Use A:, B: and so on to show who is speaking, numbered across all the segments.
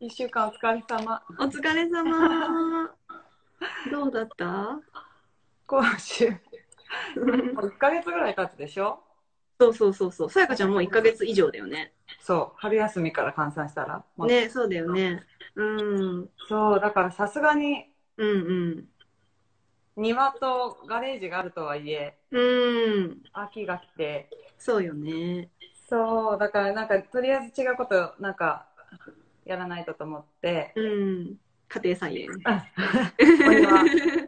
A: 一週間お疲れ様。
B: お疲れ 様。どうだった
A: 講習。もう1ヶ月ぐらい経つでしょ
B: そうそうそうそう。さやかちゃんもう1ヶ月以上だよね。
A: そう。春休みから換算したら。もう
B: ね、そうだよね。うん。
A: そう。だからさすがに
B: うん
A: 庭とガレージがあるとはいえ、
B: うん。うん。
A: 秋が来て。
B: そうよね。
A: そう。だからなんか、とりあえず違うこと、なんか、やらないとと思って、
B: うん。家庭菜園。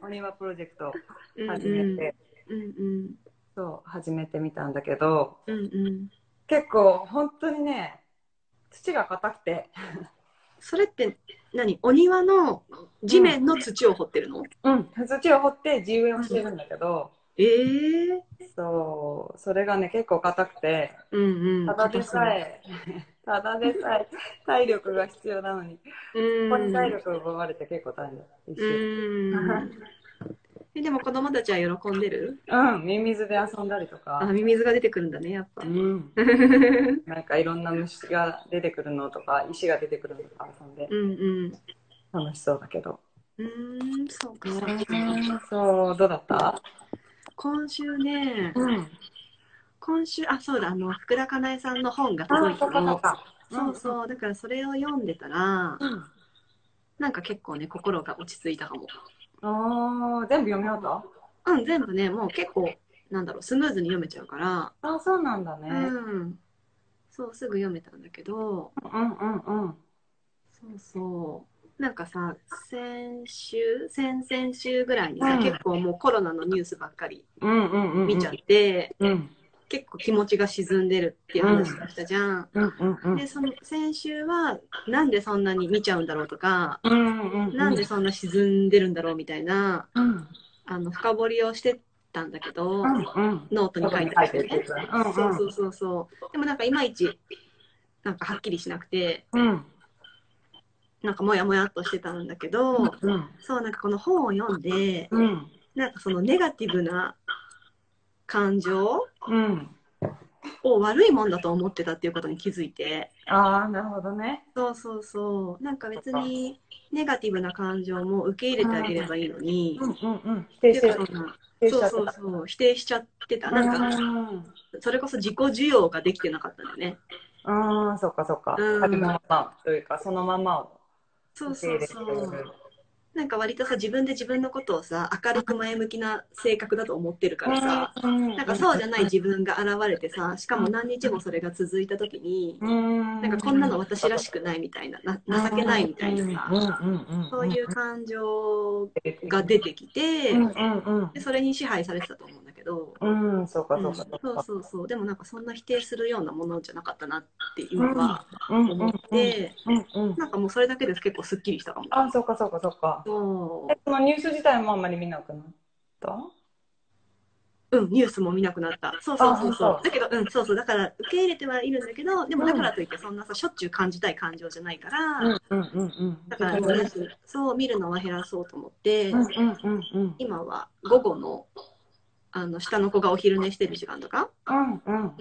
A: お庭、お 庭プロジェクトを
B: うん
A: 始めて、
B: うんうん。
A: そう、始めてみたんだけど、
B: うんうん。
A: 結構本当にね、土が硬くて、
B: それって何お庭の地面の土を掘ってるの、
A: うん、土を掘って地植えをしてるんだけど、
B: ええ
A: そう、それがね、結構硬くて、
B: うんうん。
A: ただでさえ、ただでさえ体力が必要なのに、
B: うん、
A: ここに体力を奪われて結構大変だ。一
B: う
A: 瞬
B: ん。えでも子供たちは喜んでる
A: うん、ミミズで遊んだりと
B: あ、
A: か、
B: ミミズが出てくるんだね、やっぱ
A: う。ん、なんかいろんな虫が出てくるのとか、石が出てくるのとか遊んで
B: うんうん。
A: 楽しそうだけど。
B: うーん、そうか。
A: そう、どうだった
B: 今週ね、
A: うん。
B: 今週、あ、そうだ、あの、福田かなえさんの本が
A: あ
B: 届
A: あ、
B: いた
A: そっかそ
B: の
A: っ。か。
B: そうそう、だからそれを読んでたら、
A: うん。
B: なんか結構ね、心が落ち着いたかも。
A: あー全部読み終わっ
B: うん、全部ね、もう結構、なんだろう、スムーズに読めちゃうから、
A: たあ、そうなんだね。
B: うん。そう、すぐ読めたんだけど、
A: うんうんうん。
B: そうそう。なんかさ、先週、先々週ぐらいにさ、
A: うん
B: 結構もうコロナのニュースばっかり
A: うんうんうん。
B: 見ちゃって、
A: うん。
B: 結構気持ちが沈んでるっていう話だったじゃん。
A: うんうんうん。
B: で、その先週は、なんでそんなに見ちゃうんだろうとか、
A: うんうんうん。
B: なんでそんな沈んでるんだろうみたいな、
A: うん
B: あの、深掘りをしてたんだけど、
A: うんうん。
B: ノートに書いてあるね。
A: うんうん。
B: そうそうそうそう。でもなんかいまいち、なんかはっきりしなくて、
A: うん
B: なんかもやもやっとしてたんだけど、
A: うん
B: そう、なんかこの本を読んで、
A: うん
B: なんかそのネガティブな感情
A: うん。
B: を悪いもんだと思ってたっていうことに気づいて、
A: ああ、なるほどね。
B: そうそうそう、なんか別にネガティブな感情も受け入れてあげればいいのに
A: う、んうんうん。否
B: って
A: 定
B: い
A: し
B: う
A: て
B: か
A: る。
B: その
A: 否定しち
B: そ
A: ゃ
B: う
A: っ
B: そ
A: て
B: う
A: た。
B: そう、否定しちゃってた。なんか、それこそ自己需要ができてなかったんだよね。
A: うん、うん、そっかそっか。
B: うん
A: ありのままというか、そのままを
B: そう
A: 受け
B: そ
A: 入
B: う
A: れて
B: そ
A: くれる
B: う。なんか割とさ、自分で自分のことをさ、明るく前向きな性格だと思ってるからさ、
A: うん
B: なんかそうじゃない自分が現れてさ、しかも何日もそれが続いた時に、
A: うん
B: なんかこんなの私らしくないみたいな、な情けないみたいな
A: うん
B: さ、
A: うんうんん
B: そういう感情が
A: が
B: 出てきて
A: う、んうん
B: でそれに支配されてたと思うんだけど、
A: うん。うん、そうか
B: う
A: そ
B: ん
A: うか
B: そ
A: そう
B: う
A: か。
B: そうそう、でもなんかそんな否定するようなものじゃなかったなって今は
A: うんうんう
B: 思
A: ん
B: って、
A: うんうん。
B: なんかもうそれだけで結構すっきりしたかも。
A: あ、そうかそうかそうか。
B: そ
A: え、そのニュース自体もあんまり見なくなった
B: う、うん、ニュースも見なくなった。そうそうそうそ
A: あそう
B: う。だけど、うん、そうそう、だから受け入れてはいるんだけど、でもだからといってそんなさ、しょっちゅう感じたい感情じゃないから、
A: うんうんうんうん。
B: だか
A: う
B: ら、
A: ん
B: そう見るのは減らそうと思って、
A: うんうんうん。
B: 今は午後のあの下の子がお昼寝してる時間とか、
A: うんうん。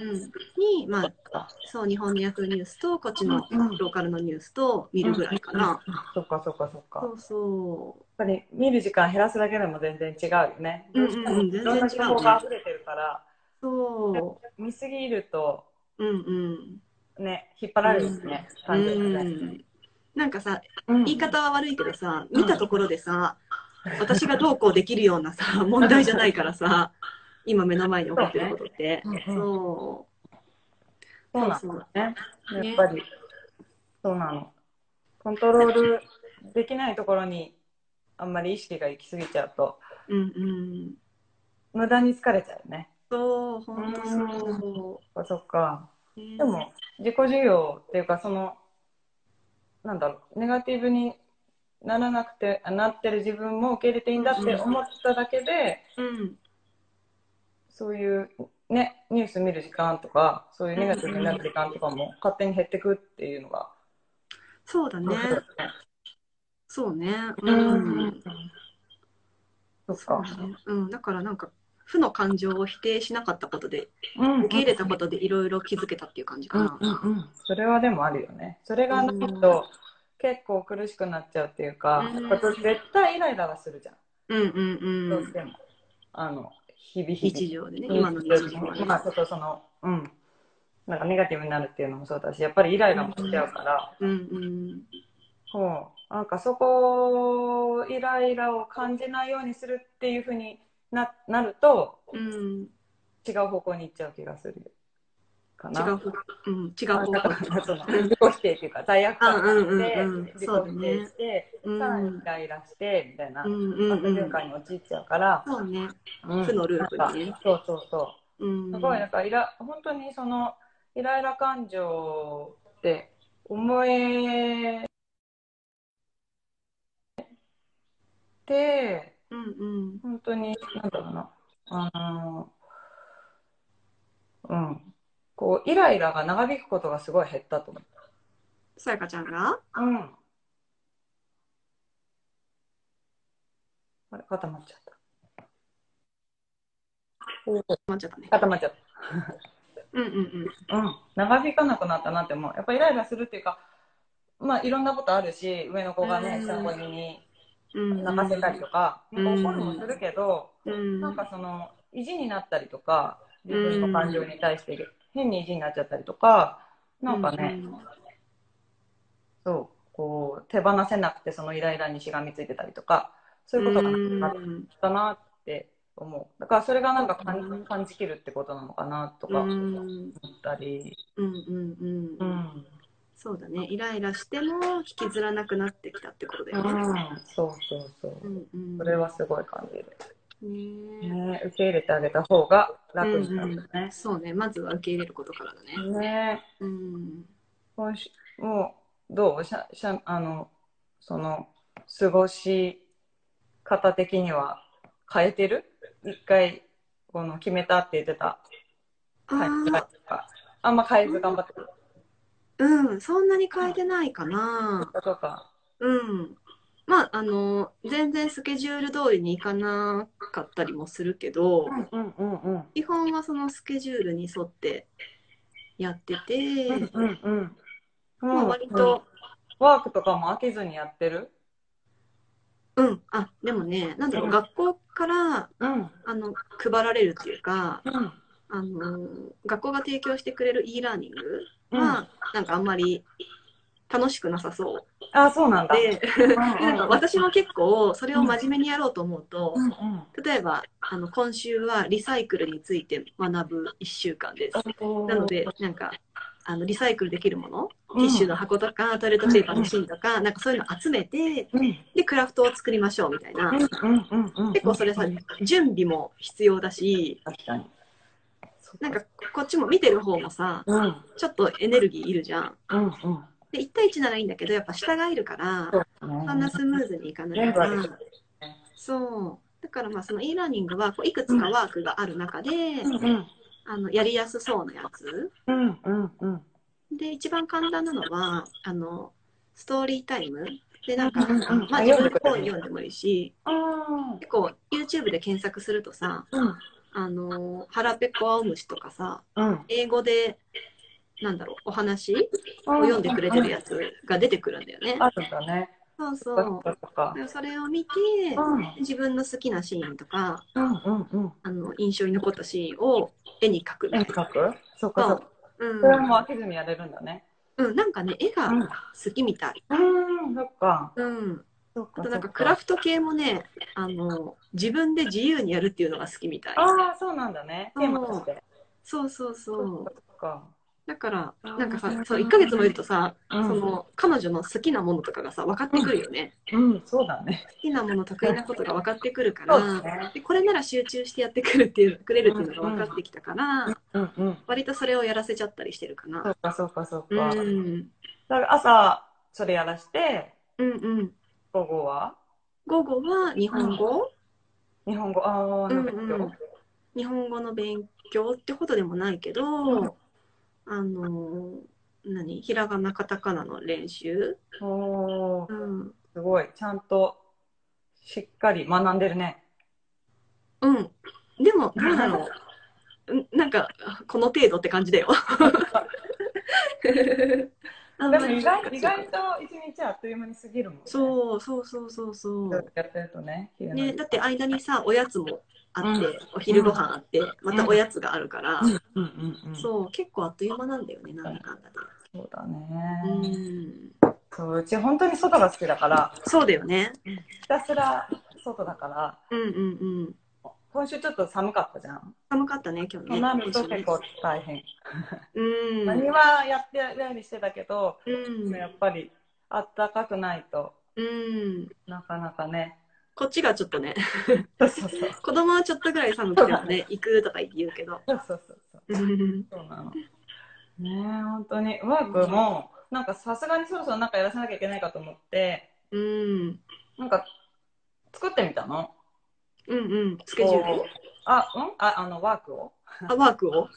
B: に、まあ、そう日本のヤフーニュースとこっちの
A: うん
B: ローカルのニュースと見るぐらいかな、
A: そっかそっかそっか。やっ
B: そうそ
A: ぱり見る時間減らすだけでも全然違うよね。
B: うんうんうん
A: いろんな情報が溢れてるから、
B: うそ
A: 見すぎると
B: ううんうん
A: ね、引っ張られるしね、
B: う
A: 感情がね。
B: んなんかさ
A: うん
B: 言い方は悪いけどさ見たところでさ私がどうこうできるよう なさ問題じゃないからさ今目の前に起こってることって
A: うんうん
B: そ
A: そう
B: う
A: なん
B: そう
A: ね。
B: ね
A: やっぱり、そうなの。コントロールできないところにあんまり意識が行き過ぎちゃうと、
B: うんうん
A: 無駄に疲れちゃうね。
B: そう本当そ
A: そっかそっか。
B: うね
A: でも、自己需要っていうか、その、なんだろう、ネガティブにならなくて、あなってる自分も受け入れていいんだって思っただけで、
B: うん
A: そういう、ね、ニュース見る時間とか、そういうネガティブになる時間とかも勝手に減ってくっていうのが、
B: そうだね
A: そうだね
B: そうね。
A: う
B: うんん。。
A: そっか。
B: うん。だからなんか、負の感情を否定しなかったことで、
A: うん
B: 受け入れたことでいろいろ気づけたっていう感じか
A: うん
B: な。
A: うんうん。それはでもあるよね。それがないと、結構苦しくなっちゃうっていうか、
B: うん
A: やっぱ絶対イライラはするじゃん、
B: うんうんう
A: どうんしても。あの、日々日々
B: 日。常でね今の日常はね
A: まあちょっとその、うん。なんかネガティブになるっていうのもそうだし、やっぱりイライラもしちゃうから、
B: うんうん
A: こう、なんかそこをイライラを感じないようにするっていうふうにななると、
B: うん
A: 違う方向に行っちゃう気がするか
B: 違
A: な。
B: う方うん違う
A: あ
B: 方
A: だ
B: 向
A: からその自己否定っていうか、罪悪感があって、
B: うんうんうんうん
A: 自己
B: そう
A: 否
B: だ
A: 定
B: ね
A: して、
B: うん
A: さらにイライラして、みたいな、
B: うんうん
A: 悪
B: う
A: 循
B: ん
A: 環に陥っちゃうから、
B: そうね
A: うん
B: 負のループ
A: なん
B: だ
A: か
B: ね
A: そうそうそう。
B: うん
A: すごいなんかイラ本当にそのイライラ感情って思えて
B: うんうん
A: 本当になんだろうなあのうんこうイライラが長引くことがすごい減ったと思
B: さやかちゃんが
A: う。うん。あれ固まっちゃった。
B: 待っちゃったね
A: 固まっちゃった。
B: うんうんうん
A: うん、長引かなくなったなって思うやっぱイライラするっていうかまあいろんなことあるし上の子がね
B: うん
A: 下の子に
B: うん
A: 泣かせたりとか,、
B: うん
A: なんか怒るもするけど、
B: うん
A: なんかその意地になったりとか自分の感情に対して変に意地になっちゃったりとかなんかね、そうこう手放せなくてそのイライラにしがみついてたりとかそういうことがなくなっ
B: うん
A: たなって思うだからそれがなんか感
B: うん
A: 感じきるってことなのかなと
B: う
A: か
B: ん
A: 思ったり。
B: うんうん
A: う
B: うん
A: ん
B: そうだねイライラしても引きずらなくなってきたってことだよね
A: そうそうそう
B: う。んうん
A: それはすごい感じる。
B: ね
A: ね、受け入れてあげた方が楽になるよ
B: え
A: ね。
B: そうねまずは受け入れることからだね
A: ね、
B: うん
A: 今週もうどうしゃしゃあのその過ごし方的には変えてる？一回この決めたって言ってた
B: あ
A: タイプ
B: ー
A: とか、あんま変えず頑張ってる
B: うんそんなに変えてないかな
A: ことか。
B: うんまああの全然スケジュール通りにいかなかったりもするけど
A: うんうんうんうん。
B: 基本はそのスケジュールに沿ってやってて
A: うんうん。
B: まあ割と
A: ワークとかも飽きずにやってる？
B: うんあでもねなんだろう学校から
A: うん
B: あの配られるっていうか
A: うん
B: あの学校が提供してくれる e ラーニングは、なんかあんまり楽しくなさそ
A: あ、そうなん
B: う
A: だ。
B: でなんか私は結構それを真面目にやろうと思うと
A: うんうん
B: 例えばあの今週はリサイクルについて学ぶ1週間ですなのでなんかあのリサイクルできるものティッシュの箱とかトイレットペーパーの芯とかなんかそういうの集めて
A: うん
B: でクラフトを作りましょうみたいな
A: うんうんうん、
B: 結構それさ準備も必要だし
A: 確かに。
B: なんかこっちも見てる方もさ
A: うんうん
B: ちょっとエネルギーいるじゃん。
A: うん。
B: で1対1ならいいんだけどやっぱ下がいるからそんなスムーズにいかないか
A: 全部あ
B: らそうだからまあその e ラーニングはこういくつかワークがある中で、
A: うん
B: あのやりやすそうなやつ
A: うんうんうん。
B: で一番簡単なのはあのストーリータイムでなん
A: う
B: か、
A: んうんうん
B: まあ、自分の本読んでもいいし
A: あ
B: 結構 YouTube で検索するとさ
A: うん
B: あの腹ペコアオムシとかさ
A: うん。
B: 英語でなんだろうお話を
A: 読
B: 読んでくれてるやつが出てくるんだよね。
A: あるんだね。
B: そうそ
A: と
B: う
A: かとか。
B: でもそれを見て
A: うんうん
B: 自分の好きなシーンとか
A: うんうん。
B: あの印象に残ったシーンを絵に描くみた
A: 絵
B: い
A: 描くそうかそうか。それ
B: な、
A: も飽きずにやれるんだね。
B: うんうん、なんかね絵が
A: うん
B: 好きみたい、
A: うん、そっか。
B: うん、
A: そっ
B: あ
A: か。
B: となんかクラフト系もねあの自分で自由にやるっていうのが好きみたい
A: ああ、そうなんだね。テーマとして。
B: そうそう
A: そ
B: そう
A: っか。
B: だから
A: あー
B: なんかさそう1ヶ月もいるとさ、
A: うん
B: その彼女の好きなものとかがさ分かってくるよね、
A: うん、そうだね。
B: 好きなもの得意なことが分かってくるか
A: そうで
B: ら
A: すね。
B: でこれなら集中してやってくるっていうくれるっていうのが分かってきたから、
A: うんうん。
B: 割とそれをやらせちゃったりしてるかな
A: そうかそうかそう
B: う
A: か。
B: ん
A: だから朝それやらして
B: うんうん。
A: 午後は
B: 午後は日本語、
A: 日本語ああ
B: うん
A: な
B: うん
A: か今
B: ん、日本語の勉強ってことでもないけど、
A: うん
B: あのー何ひらがなカタカナの練習、
A: 日おー
B: うん、
A: すごいちゃんとしっかり学んでるね
B: うん、でもどうだろ ううんなんかこの程度って感じだよあ
A: でも意外意外と一日あっという間に過ぎるもんね。
B: そうそうそうそうそう。
A: やってるとね、昼の
B: ね、だって間にさおやつもあって、
A: うん
B: お昼ご飯あって、またおやつがあるから、
A: うんうんうん、そう
B: そう結構あっという間なんだよねなんだかんだ
A: だ
B: で、う
A: ね、
B: ん、
A: そううち本当に外が好きだから
B: そうだよね
A: ひたすら外だから
B: うんうんうん
A: 今週ちょっと寒かったじゃん。
B: 寒かったね今日
A: と
B: ね
A: なると結構大変。
B: うん
A: 何はやってるようにしてたけど、
B: うん
A: やっぱりあったかくないと
B: うん
A: なかなかね。
B: こっちがちょっとね
A: そうそう そう
B: 子供はちょっとぐらい寒くても ね行くとか言って言うけど
A: そうそうそうそう。
B: うん
A: そうなの。ねえ、本当に。ワークも、なんかさすがにそろそろなんかやらせなきゃいけないかと思って、
B: うん
A: なんか作ってみたの。
B: うんスケジュール
A: こうあ、うんあ、あの、ワークを。
B: あワークを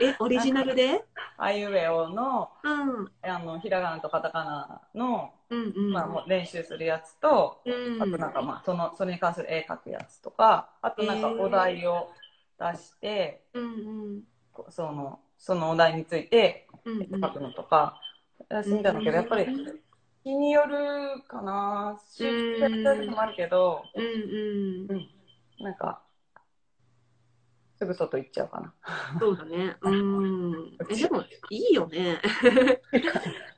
B: えオリジナルで
A: あいうえおの、
B: うんうん
A: あの、ひらがなとカタカナの、
B: うん
A: まあ、もう練習するやつと、
B: うん
A: あとなんかまあ、その、それに関する絵描くやつとか、あとなんかお題を出して、
B: うんうん
A: こうその、そのお題について
B: うんうん
A: 書くのとか、やらせてみたんだけど、やっぱり
B: うん
A: 日によるかな週末にやる時もあるけど、
B: うん
A: なんかすぐ外行っちゃうか な
B: そうだね。うん。え、でも、いいよね。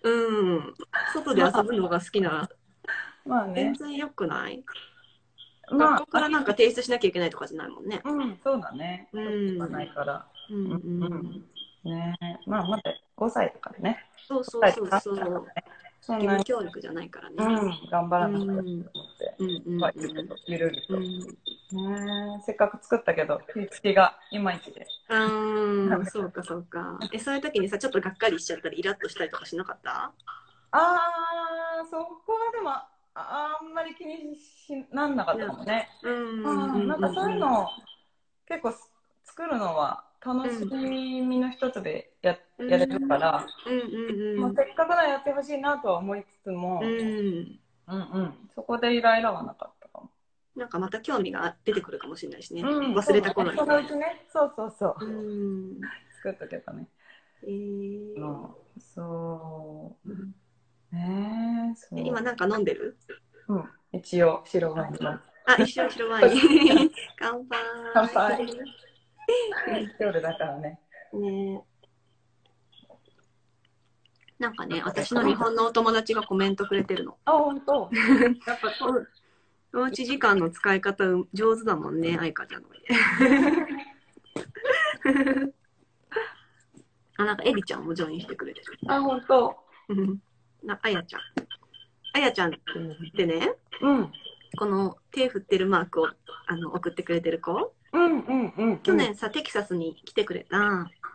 B: うん。外で遊ぶのが好きなら、
A: まあ
B: 全
A: ね
B: 然良くない、
A: ま
B: 学校からなんか提出しなきゃいけないとかじゃないもんね。
A: あうんそうだね
B: うん
A: 行かないから
B: うんうんう
A: うんん。ねまあ待って5歳だからね
B: そうそうそうそう。義
A: そんな
B: 務
A: に、
B: 教育じゃないからね。
A: う
B: うん
A: ん、頑張らなくてもと思って、
B: うんうん
A: まあゆるりとゆるりと、
B: う
A: ね
B: ん
A: えせっかく作ったけど火付けがいまいちで
B: あーそうかそうかえそういう時にさちょっとがっかりしちゃったりイラッとしたりとかしなかった
A: ああそこはでもああんまり気にしなんなかったかもね
B: うん
A: うんなんかそういうの結構す作るのは楽しみの一つでや,、
B: うん
A: やれるから、
B: うんうん
A: まあ、
B: うん
A: せっかくならやってほしいなとは思いつつも、
B: う
A: うん
B: ん
A: うんそこでイライラはなかったかも。
B: なんかまた興味が出てくるかもしれないしね、
A: うん
B: 忘れた頃に
A: そのうちね、そうそうそう、
B: うん
A: 作っとけばね。
B: えー
A: うん、そう。
B: うん
A: ねえ、そう。
B: え今なんか飲んで る
A: うん、一応白ワイン飲んで
B: あ一緒白ワイ ン乾杯
A: 乾杯夜だからね。
B: ねなんかね私の日本のお友達がコメントくれてるの
A: あ、本 当。やっぱそう
B: おうち時間の使い方上手だもんね愛花ちゃんの あなんかエリちゃんもジョインしてくれてる
A: あ、本当。
B: うん なあやちゃんあやちゃんってね、
A: うん。
B: この手振ってるマークをあの送ってくれてる子
A: うんうんうん。
B: 去。年さ、テキサスに来てくれた、
A: あ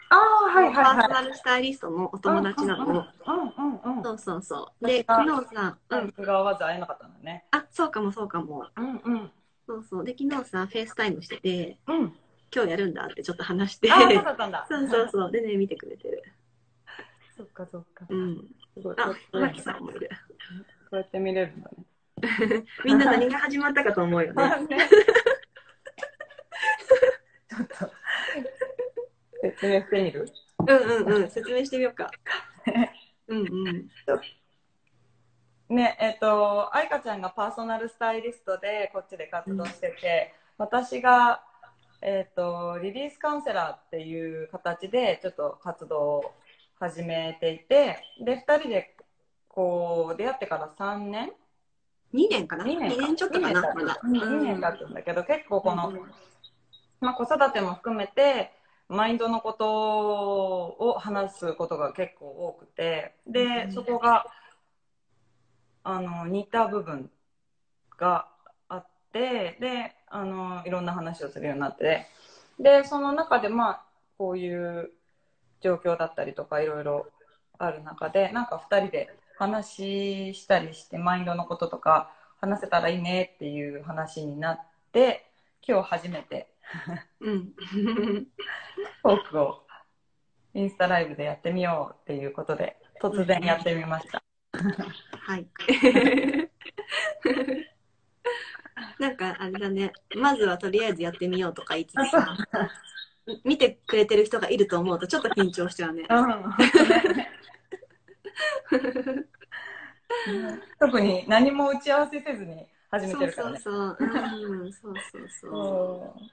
A: あ、はいはい
B: パ
A: は
B: ー
A: い
B: ソ。ナルスタイリストのお友達なの、
A: うんうんうん。
B: そうそうそうで
A: 私
B: 昨
A: が
B: 日さ、う、
A: うんん、が合わず会えなかったんだね。
B: あそうかもそうかも
A: うんうん。
B: そうそうで昨日さフェイスタイムしてて
A: うん。
B: 今日やるんだってちょっと話して。
A: ああ、そうだったんだ
B: そうそうそうでね見てくれてる、
A: そっかそっか。
B: うん、
A: すごい。
B: あ
A: こうや
B: マ
A: って
B: キさんもいる
A: こうやって見れるんだね。
B: みんな何が始まったかと思うよね
A: ちょっと。説明してみる
B: うんうんうん説明してみようかうんうん
A: ね、えっ、と、愛花ちゃんがパーソナルスタイリストでこっちで活動してて、私が、えっ、と、リリースカウンセラーっていう形でちょっと活動を始めていて、で、2人でこう、出会ってから3年
B: 2年かな
A: 2
B: 2
A: 年
B: 年ちょっとかなまだ
A: 2年経
B: て
A: つんだけど、結構この、
B: うん
A: まあ、子育ても含めてマインドのことを話すことが結構多くてで、
B: うん
A: そこがあの似た部分があってであのいろんな話をするようになってでその中でまあこういう状況だったりとかいろいろある中でなんか2人で話したりしてマインドのこととか話せたらいいねっていう話になって今日初めて
B: うん。
A: トークをインスタライブでやってみようっていうことで突然やってみました。
B: はい。なんかあれだね、まずはとりあえずやってみようとか言いつつさ、見てくれてる人がいると思うとちょっと緊張しちゃうね。
A: うん、特に何も打ち合わせせずに始め
B: そ
A: て
B: う
A: るか
B: そ
A: ら
B: う
A: ね。
B: そう。うん、そうそうそう。
A: うん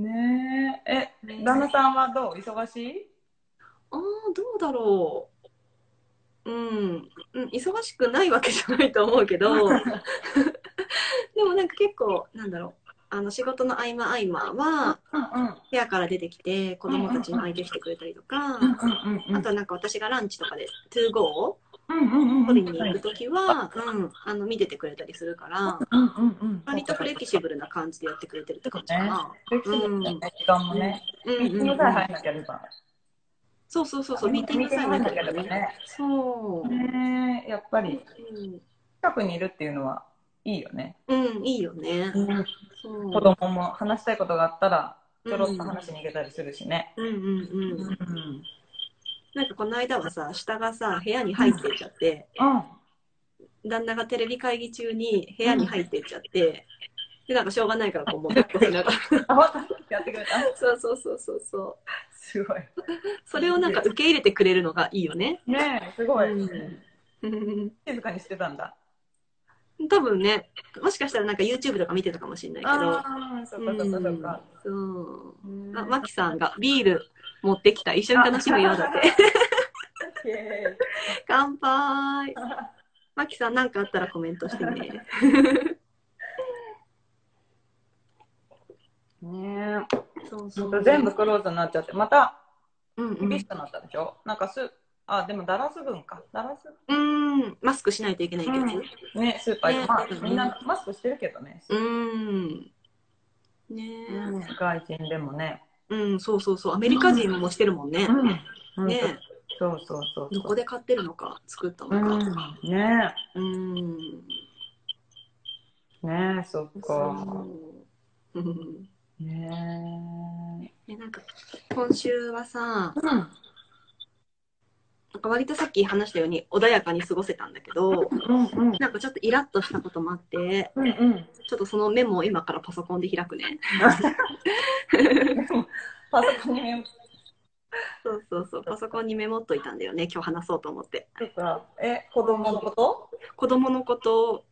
A: ねえ、え、旦那さんはどう忙しい
B: ああ、どうだろう。うん、うん、忙しくないわけじゃないと思うけ ど、でもなんか結構、なんだろう。あの仕事の合間合間は
A: うんうん。
B: 部屋から出てきて子供たちに相手してくれたりとか、
A: うんうんうんうん。
B: あとはなんか私がランチとかで ToGo を
A: うんうんうん。
B: 取りに行くときは、うん、あの見ててくれたりするから、
A: うんうんうん。
B: 割とフレキシブルな感じでやってくれてるって感じかな。
A: 歴史のね時間もね、
B: うん
A: ミーティングさえ入らなければ、
B: そうそうそうそう、ミーティングさえ
A: ミー
B: な
A: テ
B: け
A: ィング入らな
B: れば
A: ければ
B: ね。
A: ね。
B: そう。
A: ねえやっぱり近くにいるっていうのはいいよね。
B: うん、うんいいよね。
A: 子
B: そう。
A: 供も話したいことがあったら、ちょろっと
B: うん
A: 話しに行けたりするしね。
B: うんうん
A: う
B: うんん。。なんかこの間はさ、下がさ、部屋に入っていっちゃって、旦那がテレビ会議中に部屋に入っていっちゃって、で、なんかしょうがないから こう、もう抱っこしながら。
A: あ、わかったやってくれた。
B: そうそうそうそうそう。
A: すごい。
B: それをなんか受け入れてくれるのがいいよね。
A: ねえ、すごい。
B: うんうん
A: 静かにしてたんだ。
B: 多分ね、もしかしたらなんか YouTube とか見てたかもしれないけど。
A: ああ、そっかそっかそっか。
B: うんそう。
A: うん
B: あ、マキさんがビール持ってきた。一緒に楽しむようだ って。
A: イエ
B: 乾杯。マキさん、なんかあったらコメントしてね。
A: ーイねえ
B: そう
A: ほんと全部。クローズになっちゃって、また
B: うん、う
A: 厳
B: ん
A: し。くなったでしょ、なんかす、あ、でもダラス分か。ダラス
B: うん、マスクしないといけないけどね。
A: ね、スーパーで、
B: ね
A: まあ
B: うん、
A: みんなマスクしてるけどね。
B: うん。ね
A: うん外人でもね。
B: え。うん、そうそうそう。アメリカ人もしてるもんね。
A: うん
B: ね
A: ねそうそうそう。
B: え。どこで買ってるのか、作った
A: う
B: のか。
A: ん。ね
B: うん。
A: ねそっか。
B: そううん
A: ね
B: え、なんか、今週はさ、
A: うん。
B: なんか割とさっき話したように穏やかに過ごせたんだけ ど、
A: うんうん。
B: なんかちょっとイラッとしたこともあって、
A: うんうん。
B: ちょっとそのメモを今からパソコンで開くね。
A: パソコンにメモし
B: そうそうそう、パソコンにメモっといたんだよね、今日話そうと思って。
A: てた。え、子供のこと
B: 子供のことを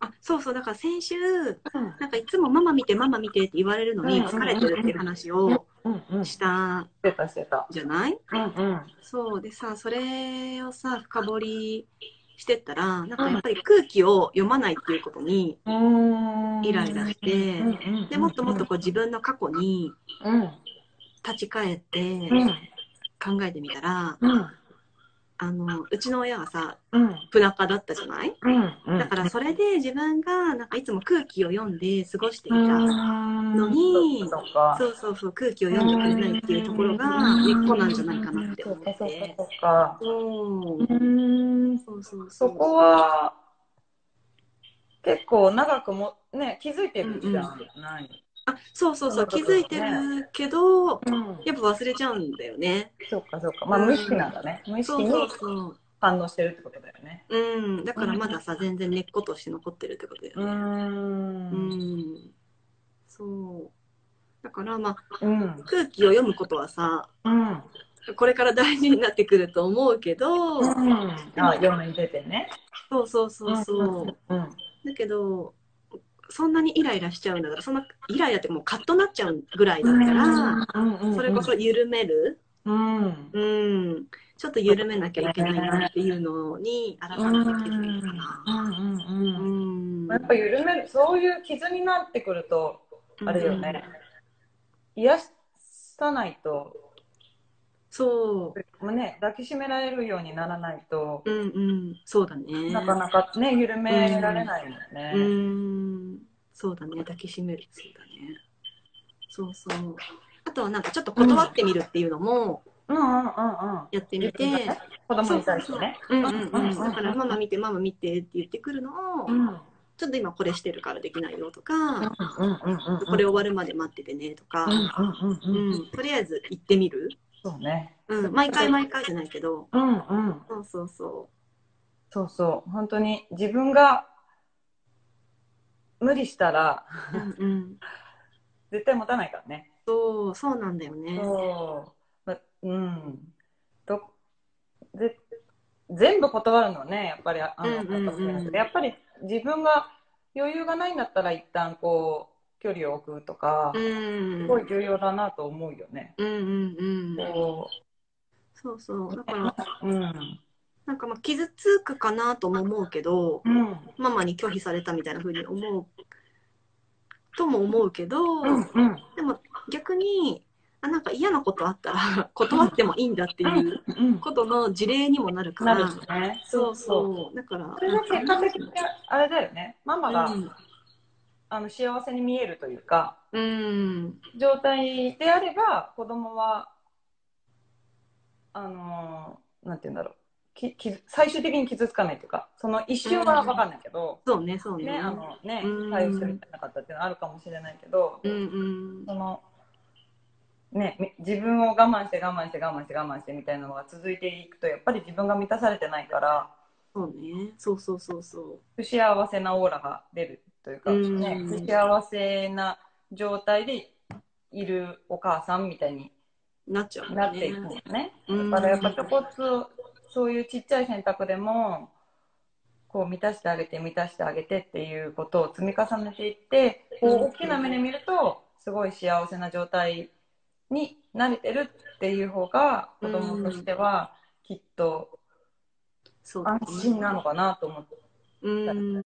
B: あ、そうそう、だから先週、
A: うん
B: なんかいつもママ見て、ママ見てって言われるのに
A: うんうんうん
B: 疲れてるっていう話を
A: うんうん。し
B: した
A: てたしてた。
B: じゃない
A: うんうん。
B: そうでさ、それをさ、深掘りしてったら、なんかやっぱり空気を読まないっていうことに、
A: うーん
B: イライラして
A: うんうんうん
B: でもっともっとこう自分の過去に
A: うん
B: 立ち返って
A: うん
B: 考えてみたら、
A: うん
B: あのうちの親がさ
A: うん
B: プナカだったじゃない
A: うんうん
B: だからそれで自分がなんかいつも空気を読んで過ごしていた、
A: の
B: に
A: そうか
B: そうそうそう空気を読んでくれないっていうところが
A: うん
B: 根っこなんじゃないかなって
A: そ
B: 思
A: うか
B: っ
A: そうか
B: て
A: そうか
B: そう
A: うん
B: そうそう
A: そこは結構長くもね気づいてるじゃない、
B: あそうそうそう気づいてるけど
A: うん
B: やっぱ忘れちゃうんだよね
A: そうかそうかまあ無意識なんだね、無意識
B: そう
A: に
B: そうそう
A: 反応してるってことだよね
B: うんだからまださ全然根っことして残ってるってことだよね、
A: ん
B: う
A: うん
B: んそう。だからまあ、
A: うん
B: 空気を読むことはさ、
A: うん
B: これから大事になってくると思うけど、
A: あ世に出てね
B: そうそうそうそう。
A: うん
B: だけど、そんなにイライラしちゃうんだから、そんなイライラってもうカッとなっちゃうぐらいだから、
A: うんうん
B: それこそ緩める、
A: うん
B: うん、ちょっと緩めなきゃいけないなっていうのに改
A: うんう
B: め
A: ん
B: て気づいたかな。
A: うんうん
B: うん
A: やっぱ緩めるそういう傷になってくるとあれよね、癒さないと、
B: そう。
A: ね、抱きしめられるようにならないと、
B: うんうん。そうだね。
A: なかなかね緩められないもんね
B: う、ーん、そうだね、抱きしめる、そうだね。そうそう。あとはなんかちょっと断ってみるっていうのも
A: うん、うんうんうん
B: やってみて、
A: 自分がね子供に対してね
B: うんうん
A: うんうん
B: う
A: うん
B: ん。だからママ見て、ママ見てって言ってくるのを、
A: うんうん
B: ちょっと今これしてるからできないよとか、
A: うんうんうん
B: これ終わるまで待っててねとか
A: う、んうん
B: う
A: うんうん
B: ん、とりあえず行ってみる。
A: そうね
B: うん、毎回毎回じゃないけど、
A: うんうん
B: そうそうそ
A: そうそう本当に自分が無理したら
B: う。うんうん。
A: 絶対持たないからね
B: そう、そうなんだよね。
A: そう、ま、うん。ど、ぜ、全部断るのはね、やっぱり、あの、
B: うんうんうん
A: あったと思いますけどやっぱり自分が余裕がないんだったら、一旦こう、距離を置くとか、
B: うん
A: すごい重要だなと思うよね。
B: うんうんうん、
A: こ
B: そうそうだから
A: う、うん。
B: なんかまあ傷つくかなとも思うけど
A: うん。
B: ママに拒否されたみたいな風に思うとも思うけど、
A: うん。うん。
B: でも逆にあなんか嫌なことあったら 断ってもいいんだっていう
A: うん。
B: ことの事例にもなるか
A: な
B: ら、
A: るしね。
B: そうそうだから
A: それが結果的に、あれだよね。ママが、
B: うん
A: あの、幸せに見えるというか、
B: うん
A: 状態であれば、子供は、あのーなんて言うんだろう。きき最終的に傷つかないというか、その一瞬は分かんないけど、
B: そうねそうね
A: ね、あのね
B: うん、
A: 対応してみたなかったっていうのはあるかもしれないけど、
B: うんうん
A: その、ね、み自分を我慢して我慢して我慢して我慢してみたいなのが続いていくと、やっぱり自分が満たされてないから、
B: そうねそうそうそうそう
A: 不幸せなオーラが出るというか、
B: うん
A: ね、不幸せな状態でいるお母さんみたいに
B: なっちゃうもんね
A: なっていくもんね。
B: うん
A: だからやっぱちょこっとそういうちっちゃい選択でもこう満たしてあげて満たしてあげてっていうことを積み重ねていってこ
B: うん
A: う大きな目で見るとすごい幸せな状態に慣れてるっていう方が子供としてはきっと
B: そうだね
A: 安心なのかなと思って。
B: うん